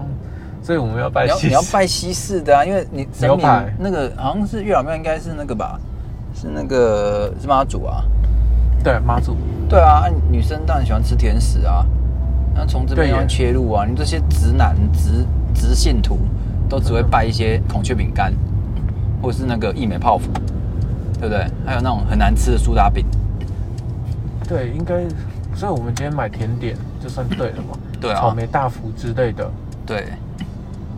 [SPEAKER 1] 所以我们要拜
[SPEAKER 2] 你要
[SPEAKER 1] 西
[SPEAKER 2] 你要
[SPEAKER 1] 式。
[SPEAKER 2] 拜西式的啊，因为你神
[SPEAKER 1] 牛
[SPEAKER 2] 明
[SPEAKER 1] 排
[SPEAKER 2] 那个好像是月老庙，应该是那个吧，是那个是妈祖啊。
[SPEAKER 1] 对，妈祖。
[SPEAKER 2] 对啊，啊女生当然喜欢吃甜食啊，那从这
[SPEAKER 1] 对
[SPEAKER 2] 边
[SPEAKER 1] 耶
[SPEAKER 2] 要切入啊，你这些直男直直信徒都只会拜一些孔雀饼干，或是那个益美泡芙，对不对？还有那种很难吃的苏打饼，
[SPEAKER 1] 对，应该。所以我们今天买甜点就算对了嘛。
[SPEAKER 2] 对啊
[SPEAKER 1] 草莓大福之类的，
[SPEAKER 2] 对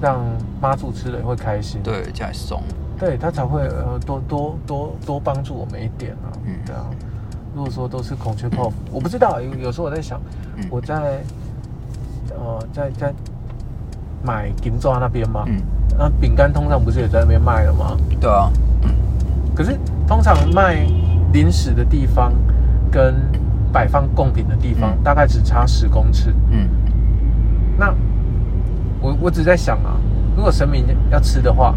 [SPEAKER 1] 让妈祖吃了也会开心。
[SPEAKER 2] 对，这样送。
[SPEAKER 1] 对他才会呃多多多多帮助我们一点啊，
[SPEAKER 2] 嗯
[SPEAKER 1] 对啊。如果说都是孔雀泡芙，我不知道，有有时候我在想，
[SPEAKER 2] 嗯
[SPEAKER 1] 我在呃在在买金抓那边嘛，
[SPEAKER 2] 嗯，
[SPEAKER 1] 那饼干通常不是也在那边卖了吗？
[SPEAKER 2] 对啊，
[SPEAKER 1] 可是通常卖零食的地方跟摆放贡品的地方、
[SPEAKER 2] 嗯
[SPEAKER 1] 大概只差十公尺。
[SPEAKER 2] 嗯，
[SPEAKER 1] 那我我只在想啊，如果神明要吃的话，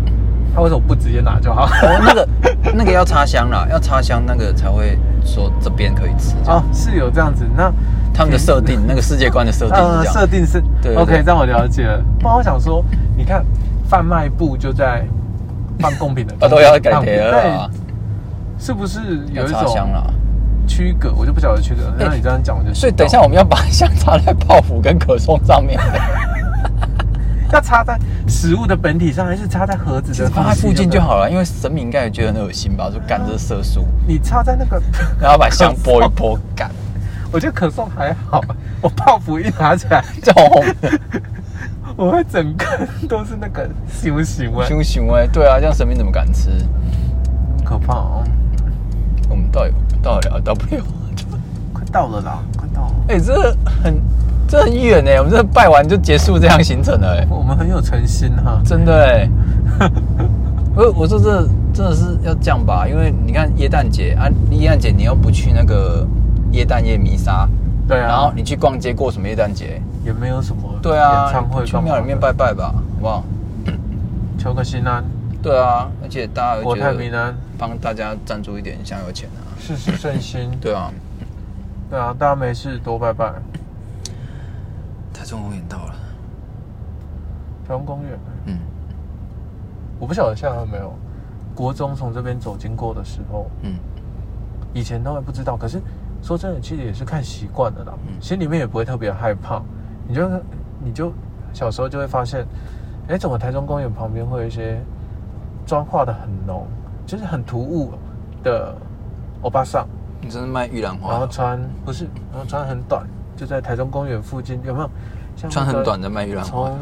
[SPEAKER 1] 他为什么不直接拿就好？
[SPEAKER 2] 哦，那个 那个要插香啦，要插香那个才会说这边可以吃。这样
[SPEAKER 1] 哦， 是有这样子。那
[SPEAKER 2] 他们的设定，那个世界观的设定
[SPEAKER 1] 呃
[SPEAKER 2] 是这
[SPEAKER 1] 设
[SPEAKER 2] 样。
[SPEAKER 1] 定是
[SPEAKER 2] 对对
[SPEAKER 1] OK，
[SPEAKER 2] 对
[SPEAKER 1] 这样我了解了。不然我想说，你看贩卖部就在放贡品的
[SPEAKER 2] 啊，
[SPEAKER 1] 地方，
[SPEAKER 2] 都要改
[SPEAKER 1] 放
[SPEAKER 2] 贴了啦，
[SPEAKER 1] 对，是不是有
[SPEAKER 2] 要
[SPEAKER 1] 一
[SPEAKER 2] 插香
[SPEAKER 1] 种
[SPEAKER 2] 啦。
[SPEAKER 1] 区隔？我就不晓得区隔。那你这样讲，我就
[SPEAKER 2] 哎所以等一下我们要把香插在泡芙跟可颂上面，
[SPEAKER 1] 要插在食物的本体上，还是插在盒子
[SPEAKER 2] 其
[SPEAKER 1] 的
[SPEAKER 2] 实放在
[SPEAKER 1] 缝隙
[SPEAKER 2] 附近就
[SPEAKER 1] 对了。
[SPEAKER 2] 好了，因为神明应该也觉得很恶心吧，说干这是色素，
[SPEAKER 1] 你插在那个，
[SPEAKER 2] 然后把香拨一拨，干
[SPEAKER 1] 我觉得可颂还好，我泡芙一拿起来，
[SPEAKER 2] 这样红
[SPEAKER 1] 我会整个都是那个行行味，
[SPEAKER 2] 熊熊哎，对啊，这样神明怎么敢吃？
[SPEAKER 1] 可怕哦！
[SPEAKER 2] 我们到底到底聊到不了？啊
[SPEAKER 1] 快到了啦，快到了。
[SPEAKER 2] 哎，这很这很远哎，我们这拜完就结束这样行程了哎。
[SPEAKER 1] 我们很有诚心哈、
[SPEAKER 2] 真的哎、欸，我我说这真的是要这样吧？因为你看耶诞节啊，耶诞节你又不去那个耶诞夜弥撒，
[SPEAKER 1] 对啊，
[SPEAKER 2] 然后你去逛街过什么耶诞节？
[SPEAKER 1] 也没有什么
[SPEAKER 2] 对啊，
[SPEAKER 1] 演唱会
[SPEAKER 2] 去庙里面
[SPEAKER 1] 办，
[SPEAKER 2] 拜拜吧，好不好？
[SPEAKER 1] 求个心安，
[SPEAKER 2] 对啊，而且大家
[SPEAKER 1] 国
[SPEAKER 2] 会
[SPEAKER 1] 泰
[SPEAKER 2] 觉
[SPEAKER 1] 民
[SPEAKER 2] 得
[SPEAKER 1] 安，
[SPEAKER 2] 帮大家赞助一点香油钱啊，
[SPEAKER 1] 事事顺心。
[SPEAKER 2] 对啊。
[SPEAKER 1] 对啊，大家没事多拜拜。
[SPEAKER 2] 台中公园到了，
[SPEAKER 1] 台中公园，
[SPEAKER 2] 嗯
[SPEAKER 1] 我不晓得现在还有没有。国中从这边走经过的时候，
[SPEAKER 2] 嗯，
[SPEAKER 1] 以前都还不知道，可是说真的，其实也是看习惯了啦，
[SPEAKER 2] 嗯
[SPEAKER 1] 心里面也不会特别害怕。你就你就小时候就会发现，哎，怎么台中公园旁边会有一些妆化的很浓，就是很突兀的欧巴桑，
[SPEAKER 2] 你真是卖玉兰花
[SPEAKER 1] 然后
[SPEAKER 2] 的，
[SPEAKER 1] 穿不是，然后穿很短，就在台中公园附近有没有？像
[SPEAKER 2] 穿
[SPEAKER 1] 那
[SPEAKER 2] 很
[SPEAKER 1] 个
[SPEAKER 2] 短的啊卖玉兰花
[SPEAKER 1] 从，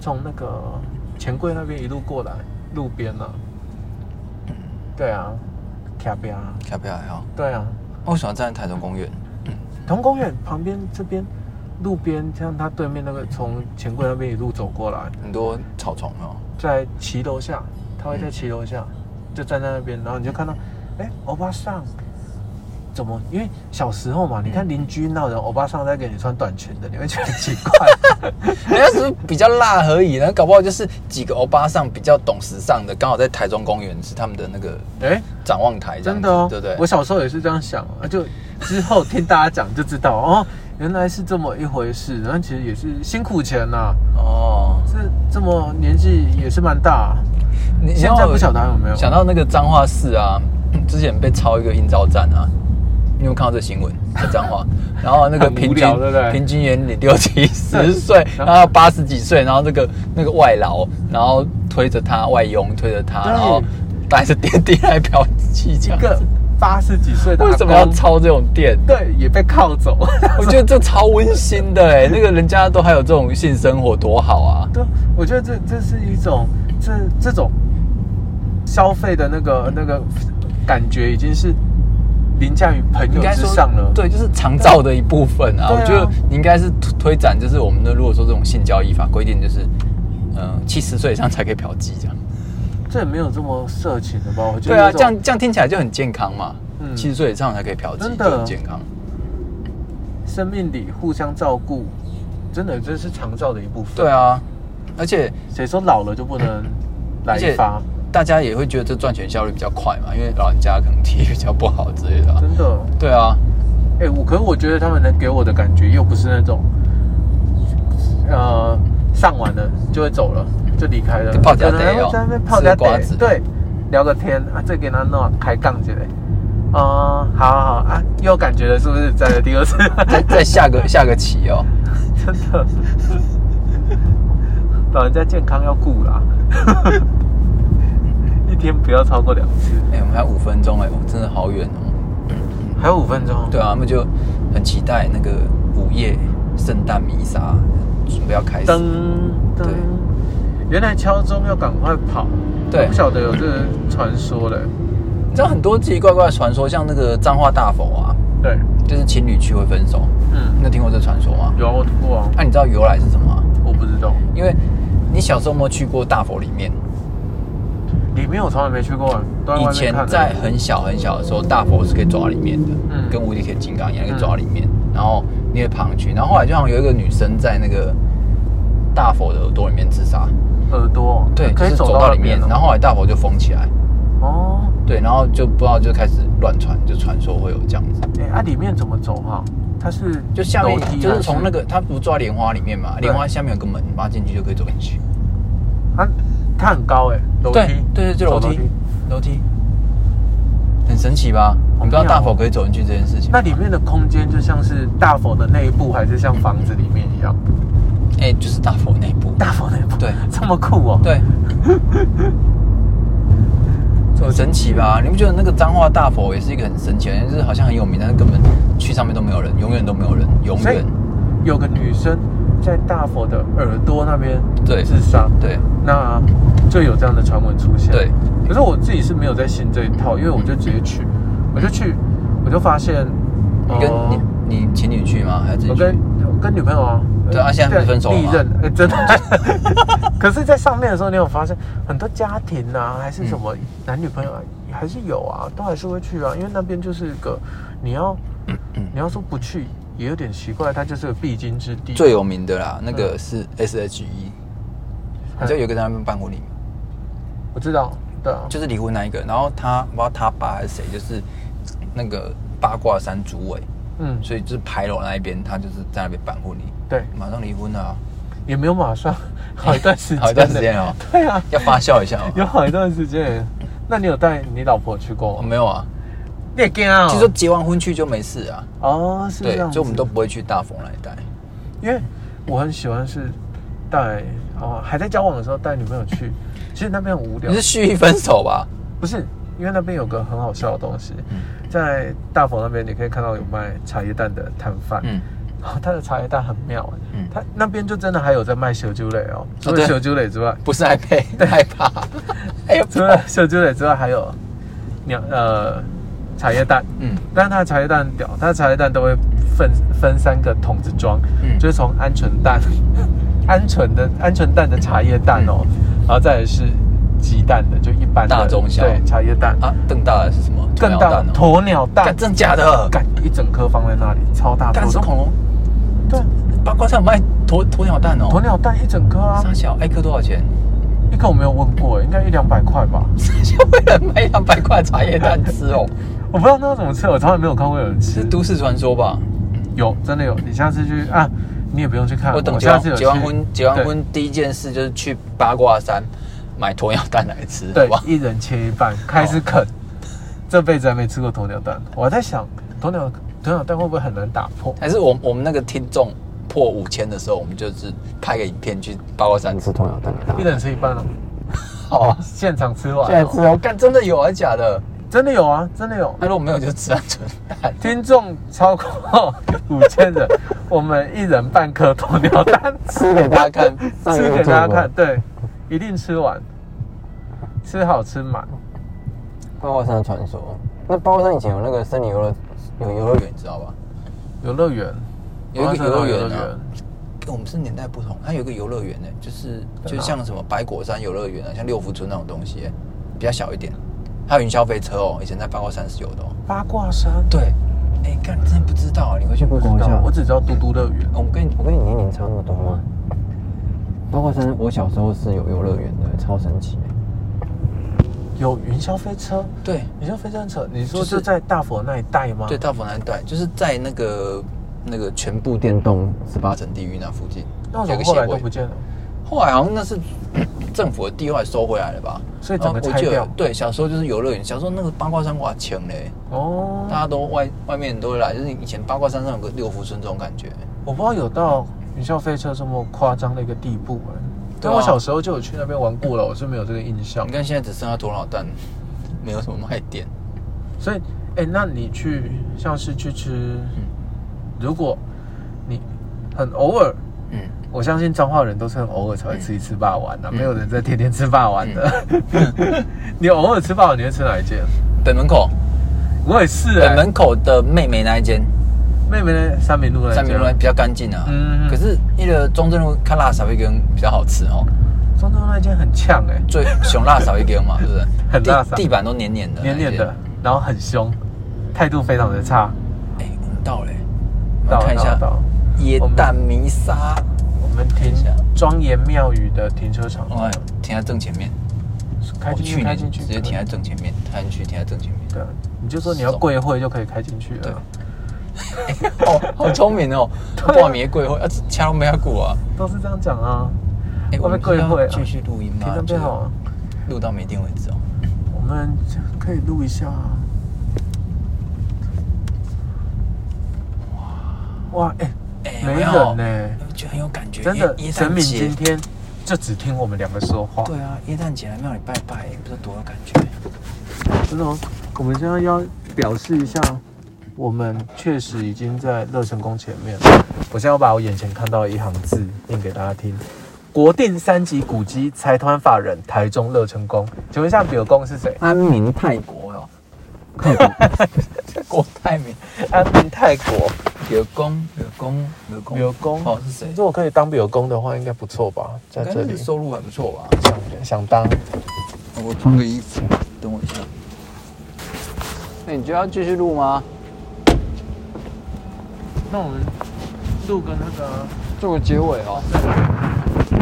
[SPEAKER 1] 从那个钱柜那边一路过来，路边呢、啊，对啊，卡边啊，
[SPEAKER 2] 嗯漂不漂亮？
[SPEAKER 1] 对啊，
[SPEAKER 2] 哦为什么要站在台中公园？嗯
[SPEAKER 1] 同公园旁边这边路边，像他对面那个从钱柜那边一路走过来，
[SPEAKER 2] 很多草丛 哦，
[SPEAKER 1] 在骑楼下，他会在骑楼下、就站在那边，然后你就看到，哎、欧巴桑。怎么？因为小时候嘛，你看邻居闹人，欧巴桑在给你穿短裙的，你会觉得很奇怪。
[SPEAKER 2] 人哎家只是比较辣而已，然后搞不好就是几个欧巴上比较懂时尚的，刚好在台中公园是他们的那个
[SPEAKER 1] 哎、
[SPEAKER 2] 展望台这
[SPEAKER 1] 真
[SPEAKER 2] 样子，
[SPEAKER 1] 的哦，
[SPEAKER 2] 对不对？
[SPEAKER 1] 我小时候也是这样想啊，就之后听大家讲就知道哦，原来是这么一回事。然后其实也是辛苦钱呐、
[SPEAKER 2] 哦，
[SPEAKER 1] 这这么年纪也是蛮大、啊
[SPEAKER 2] 你
[SPEAKER 1] 现在不晓得还有没有
[SPEAKER 2] 想到那个彰化市啊，之前被抄一个应招站啊，你有没有看到这新闻？在彰化，然后那个
[SPEAKER 1] 很无
[SPEAKER 2] 平均
[SPEAKER 1] 聊对不对
[SPEAKER 2] 平均年龄六七十岁，
[SPEAKER 1] 对
[SPEAKER 2] 然后八十几岁，然后那个那个外劳，然后推着他外佣推着他，
[SPEAKER 1] 对
[SPEAKER 2] 然后带着电梯来嫖妓，这
[SPEAKER 1] 一
[SPEAKER 2] 样
[SPEAKER 1] 个八十几岁的
[SPEAKER 2] 为
[SPEAKER 1] 阿
[SPEAKER 2] 什
[SPEAKER 1] 公
[SPEAKER 2] 么要抄这种 店？
[SPEAKER 1] 对，也被铐走。
[SPEAKER 2] 我觉得这超温馨的哎、那个人家都还有这种性生活，多好啊！
[SPEAKER 1] 对，我觉得这这是一种这这种消费的那个那个感觉，已经是凌驾于朋友之上了。
[SPEAKER 2] 对，就是长照的一部分啊。
[SPEAKER 1] 对啊
[SPEAKER 2] 我觉得你应该是推推展，就是我们的如果说这种性交易法规定，就是嗯七十岁以上才可以嫖妓这样。
[SPEAKER 1] 这也没有这么色情的吧？我觉得
[SPEAKER 2] 对啊，
[SPEAKER 1] 有种
[SPEAKER 2] 这样这样听起来就很健康嘛
[SPEAKER 1] 嗯。
[SPEAKER 2] 七十岁以上才可以嫖妓，
[SPEAKER 1] 真的
[SPEAKER 2] 就很健康。
[SPEAKER 1] 生命里互相照顾，真的这是长照的一部分。
[SPEAKER 2] 对，啊，而且
[SPEAKER 1] 谁说老了就不能来
[SPEAKER 2] 而
[SPEAKER 1] 一
[SPEAKER 2] 且
[SPEAKER 1] 发？
[SPEAKER 2] 大家也会觉得这赚钱效率比较快嘛，因为老人家可能体力比较不好之类的啊、
[SPEAKER 1] 真的，
[SPEAKER 2] 对啊，
[SPEAKER 1] 哎、我可是我觉得他们能给我的感觉又不是那种，呃，上完了就会走了，就离开了，
[SPEAKER 2] 泡脚
[SPEAKER 1] 可能
[SPEAKER 2] 得哦
[SPEAKER 1] 在那边泡脚
[SPEAKER 2] 吃瓜子
[SPEAKER 1] 得，对，聊个天啊，这给他弄开杠起来，哦、好好好啊，又有感觉了，是不是？再来第二次，
[SPEAKER 2] 再再下个下个棋哦。
[SPEAKER 1] 真的，老人家健康要顾啦， 一天不要超过两次，
[SPEAKER 2] 哎、我们还有五分钟哎、我真的好远哦。
[SPEAKER 1] 还有五分钟，
[SPEAKER 2] 对啊，他们就很期待那个午夜圣诞弥撒准备要开始。
[SPEAKER 1] 噔噔
[SPEAKER 2] 对，
[SPEAKER 1] 原来敲钟要赶快跑，
[SPEAKER 2] 对
[SPEAKER 1] 我不晓得有这个传说嘞。
[SPEAKER 2] 你知道很多奇奇怪怪的传说，像那个彰化大佛啊，
[SPEAKER 1] 对，
[SPEAKER 2] 就是情侣去会分手，
[SPEAKER 1] 嗯
[SPEAKER 2] 你，有听过这传说吗？
[SPEAKER 1] 有啊，我听过啊，
[SPEAKER 2] 那、你知道由来是什么吗？
[SPEAKER 1] 我不知道，
[SPEAKER 2] 因为你小时候有没有去过大佛里面？
[SPEAKER 1] 里面我从来没去过啊，都在
[SPEAKER 2] 以
[SPEAKER 1] 外面
[SPEAKER 2] 前
[SPEAKER 1] 看的。
[SPEAKER 2] 在很小很小的时候，大佛是可以抓里面的，
[SPEAKER 1] 嗯
[SPEAKER 2] 跟无敌铁金刚一样，可以抓里面，然后你也爬上去。然后后来就好像有一个女生在那个大佛的耳朵里面自杀，
[SPEAKER 1] 耳朵，
[SPEAKER 2] 对，
[SPEAKER 1] 可
[SPEAKER 2] 就
[SPEAKER 1] 以
[SPEAKER 2] 是走
[SPEAKER 1] 到
[SPEAKER 2] 到里面，
[SPEAKER 1] 那边
[SPEAKER 2] 然
[SPEAKER 1] 哦
[SPEAKER 2] 后后来大佛就封起来。
[SPEAKER 1] 哦，
[SPEAKER 2] 对，然后就不知道就开始乱传，就传说会有这样子，
[SPEAKER 1] 哎，啊，里面怎么走哈？它是
[SPEAKER 2] 就下面
[SPEAKER 1] 楼梯
[SPEAKER 2] 就
[SPEAKER 1] 还
[SPEAKER 2] 是从那个他不抓莲花里面嘛，
[SPEAKER 1] 对
[SPEAKER 2] 莲花下面有个门，你拔进去就可以走进去。
[SPEAKER 1] 它啊它很高哎，楼梯
[SPEAKER 2] 对，对对，就楼
[SPEAKER 1] 走
[SPEAKER 2] 梯，楼梯，很神奇吧？你不知道大佛可以走进去这件事情。
[SPEAKER 1] 哦那里面的空间就像是大佛的内部，还是像房子里面一样？
[SPEAKER 2] 哎，就是大佛内部。
[SPEAKER 1] 大佛内部，
[SPEAKER 2] 对
[SPEAKER 1] 这么酷哦。
[SPEAKER 2] 对，很神奇吧？你不觉得那个彰化大佛也是一个很神奇的，就是好像很有名，但是根本去上面都没有人，永远都没有人，永
[SPEAKER 1] 所以
[SPEAKER 2] 远。
[SPEAKER 1] 有个女生在大佛的耳朵那边
[SPEAKER 2] 对
[SPEAKER 1] 自杀，
[SPEAKER 2] 对
[SPEAKER 1] 那就有这样的传闻出现。
[SPEAKER 2] 对，
[SPEAKER 1] 可是我自己是没有在信这一套，因为我就直接去，我就去，我就发现，呃
[SPEAKER 2] 哦你跟你你情侣去吗？还是自己
[SPEAKER 1] 我
[SPEAKER 2] 去
[SPEAKER 1] 跟我跟女朋友啊，
[SPEAKER 2] 对啊，现在不是分手了
[SPEAKER 1] 历
[SPEAKER 2] 吗？
[SPEAKER 1] 任、呃真的。 可是，在上面的时候，你有发现很多家庭啊，还是什
[SPEAKER 2] 嗯
[SPEAKER 1] 么男女朋友啊，还是有啊，都还是会去啊，因为那边就是一个你要
[SPEAKER 2] 嗯
[SPEAKER 1] 你要说不去也有点奇怪，它就是个必经之地。
[SPEAKER 2] 最有名的啦，那个是 S H E，你知道有一个在那边办婚礼吗？
[SPEAKER 1] 哎我知道，对啊，
[SPEAKER 2] 就是离婚那一个，然后他不知道他爸还是谁，就是那个八卦山主委，
[SPEAKER 1] 嗯，
[SPEAKER 2] 所以就是牌楼那一边，他就是在那边办婚礼，
[SPEAKER 1] 对，
[SPEAKER 2] 马上离婚了啊，
[SPEAKER 1] 也没有马 上，好一段时间，
[SPEAKER 2] 好一段时间哦，
[SPEAKER 1] 对啊，
[SPEAKER 2] 要发酵一下
[SPEAKER 1] 有
[SPEAKER 2] 哦。
[SPEAKER 1] 好一段时间。那你有带你老婆去过
[SPEAKER 2] 我
[SPEAKER 1] 吗？
[SPEAKER 2] 没有啊，
[SPEAKER 1] 你也惊啊
[SPEAKER 2] 其实结完婚去就没事嗯啊，
[SPEAKER 1] 哦，是这
[SPEAKER 2] 对，
[SPEAKER 1] 样
[SPEAKER 2] 所
[SPEAKER 1] 子。
[SPEAKER 2] 以我们都不会去大风来带。
[SPEAKER 1] 因为我很喜欢是带哦，还在交往的时候带女朋友去，其实那边很无聊
[SPEAKER 2] 你是。蓄意分手吧？
[SPEAKER 1] 不是，因为那边有个很好笑的东西，
[SPEAKER 2] 嗯
[SPEAKER 1] 在大佛那边你可以看到有卖茶叶蛋的摊贩，
[SPEAKER 2] 嗯，
[SPEAKER 1] 然后他的茶叶蛋很妙哎、
[SPEAKER 2] 嗯啊
[SPEAKER 1] 他那边就真的还有在卖小酒类哦，除了
[SPEAKER 2] 对
[SPEAKER 1] 小酒类之外，
[SPEAKER 2] 不是害 怕，害怕，哎呦，
[SPEAKER 1] 除了小酒类之外还有鸟呃茶叶蛋，
[SPEAKER 2] 嗯，
[SPEAKER 1] 但是它的茶叶蛋很屌，它的茶叶蛋都会分分三个桶子装，
[SPEAKER 2] 嗯
[SPEAKER 1] 就是从鹌鹑蛋、 鹌鹑的鹌鹑蛋的茶叶蛋哦，然后再来是鸡蛋的，就一般的
[SPEAKER 2] 嗯大中小
[SPEAKER 1] 对茶叶蛋，
[SPEAKER 2] 啊，更大的是什么？
[SPEAKER 1] 更大的
[SPEAKER 2] 头，哦
[SPEAKER 1] 鸵鸟蛋
[SPEAKER 2] 干，真假的？
[SPEAKER 1] 干一整颗放在那里，超大颗，
[SPEAKER 2] 干是恐龙，
[SPEAKER 1] 对，
[SPEAKER 2] 八卦山有卖鸵鸵鸟蛋哦，
[SPEAKER 1] 鸵鸟蛋一整颗啊
[SPEAKER 2] 傻，小，哎，一颗多少钱？
[SPEAKER 1] 一颗我没有问过，应该一两百块吧，
[SPEAKER 2] 就为了卖两百块茶叶蛋吃哦，
[SPEAKER 1] 我不知道那要怎么吃，我从来没有看过有人
[SPEAKER 2] 是
[SPEAKER 1] 吃，
[SPEAKER 2] 都市传说吧？
[SPEAKER 1] 有真的有，你下次去啊，你也不用去看，
[SPEAKER 2] 我等结
[SPEAKER 1] 下次有去
[SPEAKER 2] 完结完婚，结完
[SPEAKER 1] 对
[SPEAKER 2] 婚第一件事就是去八卦山买鸵鸟蛋来吃，
[SPEAKER 1] 对
[SPEAKER 2] 哇，，哦
[SPEAKER 1] 一人切一半，开始啃。这辈子还没吃过鸵鸟蛋，我还在想鸵鸟鸵鸟蛋会不会很难打破？
[SPEAKER 2] 还是我我们那个听众破五千的时候，我们就是拍个影片去八卦山吃鸵鸟蛋给
[SPEAKER 1] 一人吃一半哦，
[SPEAKER 2] 好啊，
[SPEAKER 1] 现场吃完、
[SPEAKER 2] 现在
[SPEAKER 1] 哦。
[SPEAKER 2] 吃哦，干真的有还是假的？
[SPEAKER 1] 真的有啊，真的有。
[SPEAKER 2] 那如果没有就吃鹌鹑蛋，
[SPEAKER 1] 听众超过五千人，我们一人半颗鸵鸟 蛋
[SPEAKER 3] 吃给
[SPEAKER 2] 大家看，
[SPEAKER 1] 吃给大家看，。对，一定吃完，吃好吃满。
[SPEAKER 3] 八卦山的传说，那八卦山以前有那个森林游乐，有游乐园，
[SPEAKER 2] 你知道吧？
[SPEAKER 1] 游乐园，
[SPEAKER 2] 有一个游乐园啊
[SPEAKER 1] 园，
[SPEAKER 2] 跟我们是年代不同，它有一个游乐园呢，欸就是
[SPEAKER 3] 啊
[SPEAKER 2] 就像什么白果山游乐园啊，像六福村那种东西欸，比较小一点。还有云霄飞车哦，以前在八卦山是有的哦。
[SPEAKER 1] 八卦山，
[SPEAKER 2] 对，哎，干，你真的不知道啊，你回去
[SPEAKER 3] 不知道
[SPEAKER 2] 过。
[SPEAKER 1] 我只知道嘟嘟乐园。
[SPEAKER 2] 我跟你
[SPEAKER 3] 我跟你年龄差那么多吗？八卦山，我小时候是有游乐园的，超神奇。
[SPEAKER 1] 有云霄飞车，
[SPEAKER 2] 对
[SPEAKER 1] 云霄飞车很扯。你说
[SPEAKER 2] 就是
[SPEAKER 1] 就在大佛那一带吗？
[SPEAKER 2] 对，大佛南带就是在那个那个全部
[SPEAKER 3] 部电动十
[SPEAKER 2] 八
[SPEAKER 3] 八层，
[SPEAKER 2] 层地狱那附近，
[SPEAKER 1] 那为什
[SPEAKER 2] 有
[SPEAKER 1] 么
[SPEAKER 2] 个
[SPEAKER 1] 后
[SPEAKER 2] 协
[SPEAKER 1] 来都
[SPEAKER 2] 会
[SPEAKER 1] 不。见了？
[SPEAKER 2] 后来好像那是政府的地，后来收回来了吧？
[SPEAKER 1] 所以整个
[SPEAKER 2] 然后我
[SPEAKER 1] 拆
[SPEAKER 2] 记得
[SPEAKER 1] 掉
[SPEAKER 2] 对，小时候就是游乐园，小时候那个八卦山哇强嘞，
[SPEAKER 1] 哦，
[SPEAKER 2] 大家都外外面人都会来，就是以前八卦山上有个六福村这种感觉。
[SPEAKER 1] 我不知道有到云霄飞车这么夸张的一个地步哎、
[SPEAKER 2] 对
[SPEAKER 1] 但
[SPEAKER 2] 啊
[SPEAKER 1] 我小时候就有去那边玩过了，我是没有这个印象
[SPEAKER 2] 你。看现在只剩下鸵鸟蛋，没有什么卖点。
[SPEAKER 1] 所以，哎、那你去像是去吃，
[SPEAKER 2] 嗯
[SPEAKER 1] 如果你很偶尔，
[SPEAKER 2] 嗯，
[SPEAKER 1] 我相信彰化人都是很偶尔才会吃一次霸王啊的、没有人在天天吃霸王的。
[SPEAKER 2] 嗯
[SPEAKER 1] 你偶尔吃霸王，你会吃哪一间？
[SPEAKER 2] 北门口，
[SPEAKER 1] 我也是
[SPEAKER 2] 北
[SPEAKER 1] 哎、
[SPEAKER 2] 门口的妹妹那一间，
[SPEAKER 1] 妹妹呢？三明路那一
[SPEAKER 2] 三
[SPEAKER 1] 间
[SPEAKER 2] 明路那比较干净啊。
[SPEAKER 1] 嗯嗯嗯
[SPEAKER 2] 可是那个中正路看辣少一根比较好吃哦，
[SPEAKER 1] 中正路那间很呛哎、
[SPEAKER 2] 最 熊辣少一根嘛，是不是？
[SPEAKER 1] 很辣
[SPEAKER 2] 地
[SPEAKER 1] 少
[SPEAKER 2] 地板都黏黏的，
[SPEAKER 1] 黏黏的，，然后很凶，态度非常的差。
[SPEAKER 2] 哎、我们到了、欸，我
[SPEAKER 1] 到了
[SPEAKER 2] 们看一
[SPEAKER 1] 到
[SPEAKER 2] 下
[SPEAKER 1] 了到了我
[SPEAKER 2] 椰
[SPEAKER 1] 们
[SPEAKER 2] 蛋弥撒。
[SPEAKER 1] 我们停
[SPEAKER 2] 一下
[SPEAKER 1] 庄严庙宇的停车场，
[SPEAKER 2] 哎，停在正前面。
[SPEAKER 1] 开
[SPEAKER 2] 我
[SPEAKER 1] 进去，
[SPEAKER 2] 去
[SPEAKER 1] 开
[SPEAKER 2] 年
[SPEAKER 1] 进去，
[SPEAKER 2] 直接停在正前面，开进去停在正前面。
[SPEAKER 1] 对啊，你就说你要跪会就可以开进去了。
[SPEAKER 2] 哦，好聪明
[SPEAKER 1] 啊
[SPEAKER 2] 哦！
[SPEAKER 1] 对啊
[SPEAKER 2] 挂棉贵会，啊，掐都没要过啊。
[SPEAKER 1] 都是这样讲啊。
[SPEAKER 2] 哎，
[SPEAKER 1] 我
[SPEAKER 2] 我
[SPEAKER 1] 们
[SPEAKER 2] 们
[SPEAKER 1] 贵
[SPEAKER 2] 要
[SPEAKER 1] 会啊
[SPEAKER 2] 继续录音
[SPEAKER 1] 停
[SPEAKER 2] 吗
[SPEAKER 1] 那？边好啊，
[SPEAKER 2] 就是录到没电为止哦。
[SPEAKER 1] 我们可以录一下啊。哇哇，哎、
[SPEAKER 2] 哎
[SPEAKER 1] 没
[SPEAKER 2] 我要
[SPEAKER 1] 人呢
[SPEAKER 2] 就很有感觉。
[SPEAKER 1] 真的，
[SPEAKER 2] 耶耶
[SPEAKER 1] 神
[SPEAKER 2] 诞
[SPEAKER 1] 明今
[SPEAKER 2] 节，
[SPEAKER 1] 天就只听我们两个说话。
[SPEAKER 2] 对啊，耶诞节来庙里拜拜，不是多有感觉？
[SPEAKER 1] 真的哦，我们现在要表示一下，我们确实已经在乐成宫前面。我现在要把我眼前看到的一行字念给大家听：国定三级古迹财团法人台中乐成宫。请问一下，比尔公是谁？
[SPEAKER 3] 安民泰国，
[SPEAKER 2] 国哦，
[SPEAKER 3] 泰国
[SPEAKER 2] 国泰民
[SPEAKER 1] 安平泰国。
[SPEAKER 2] 有功有工，柳工，
[SPEAKER 1] 柳工
[SPEAKER 2] 哦是谁？
[SPEAKER 1] 如果可以当柳工的话，应该不错吧？在这
[SPEAKER 2] 感
[SPEAKER 1] 里
[SPEAKER 2] 觉收入还不错吧？
[SPEAKER 1] 想想当，
[SPEAKER 2] 我穿个衣服，等我一下。那你就要继续录吗？
[SPEAKER 1] 那我们录个那个。
[SPEAKER 2] 做个结尾哦。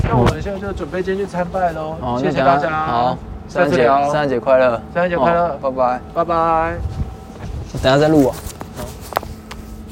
[SPEAKER 1] 那我们现在就准备进去参拜喽，
[SPEAKER 2] 哦，
[SPEAKER 1] 谢
[SPEAKER 2] 那
[SPEAKER 1] 谢
[SPEAKER 2] 等
[SPEAKER 1] 大
[SPEAKER 2] 下
[SPEAKER 1] 家，
[SPEAKER 2] 好，
[SPEAKER 1] 下
[SPEAKER 2] 圣
[SPEAKER 1] 次
[SPEAKER 2] 诞节，
[SPEAKER 1] 聊
[SPEAKER 2] 啊圣，诞节快乐，
[SPEAKER 1] 圣诞节快乐
[SPEAKER 2] 哦拜拜。
[SPEAKER 1] 拜拜。
[SPEAKER 2] 等下再录啊。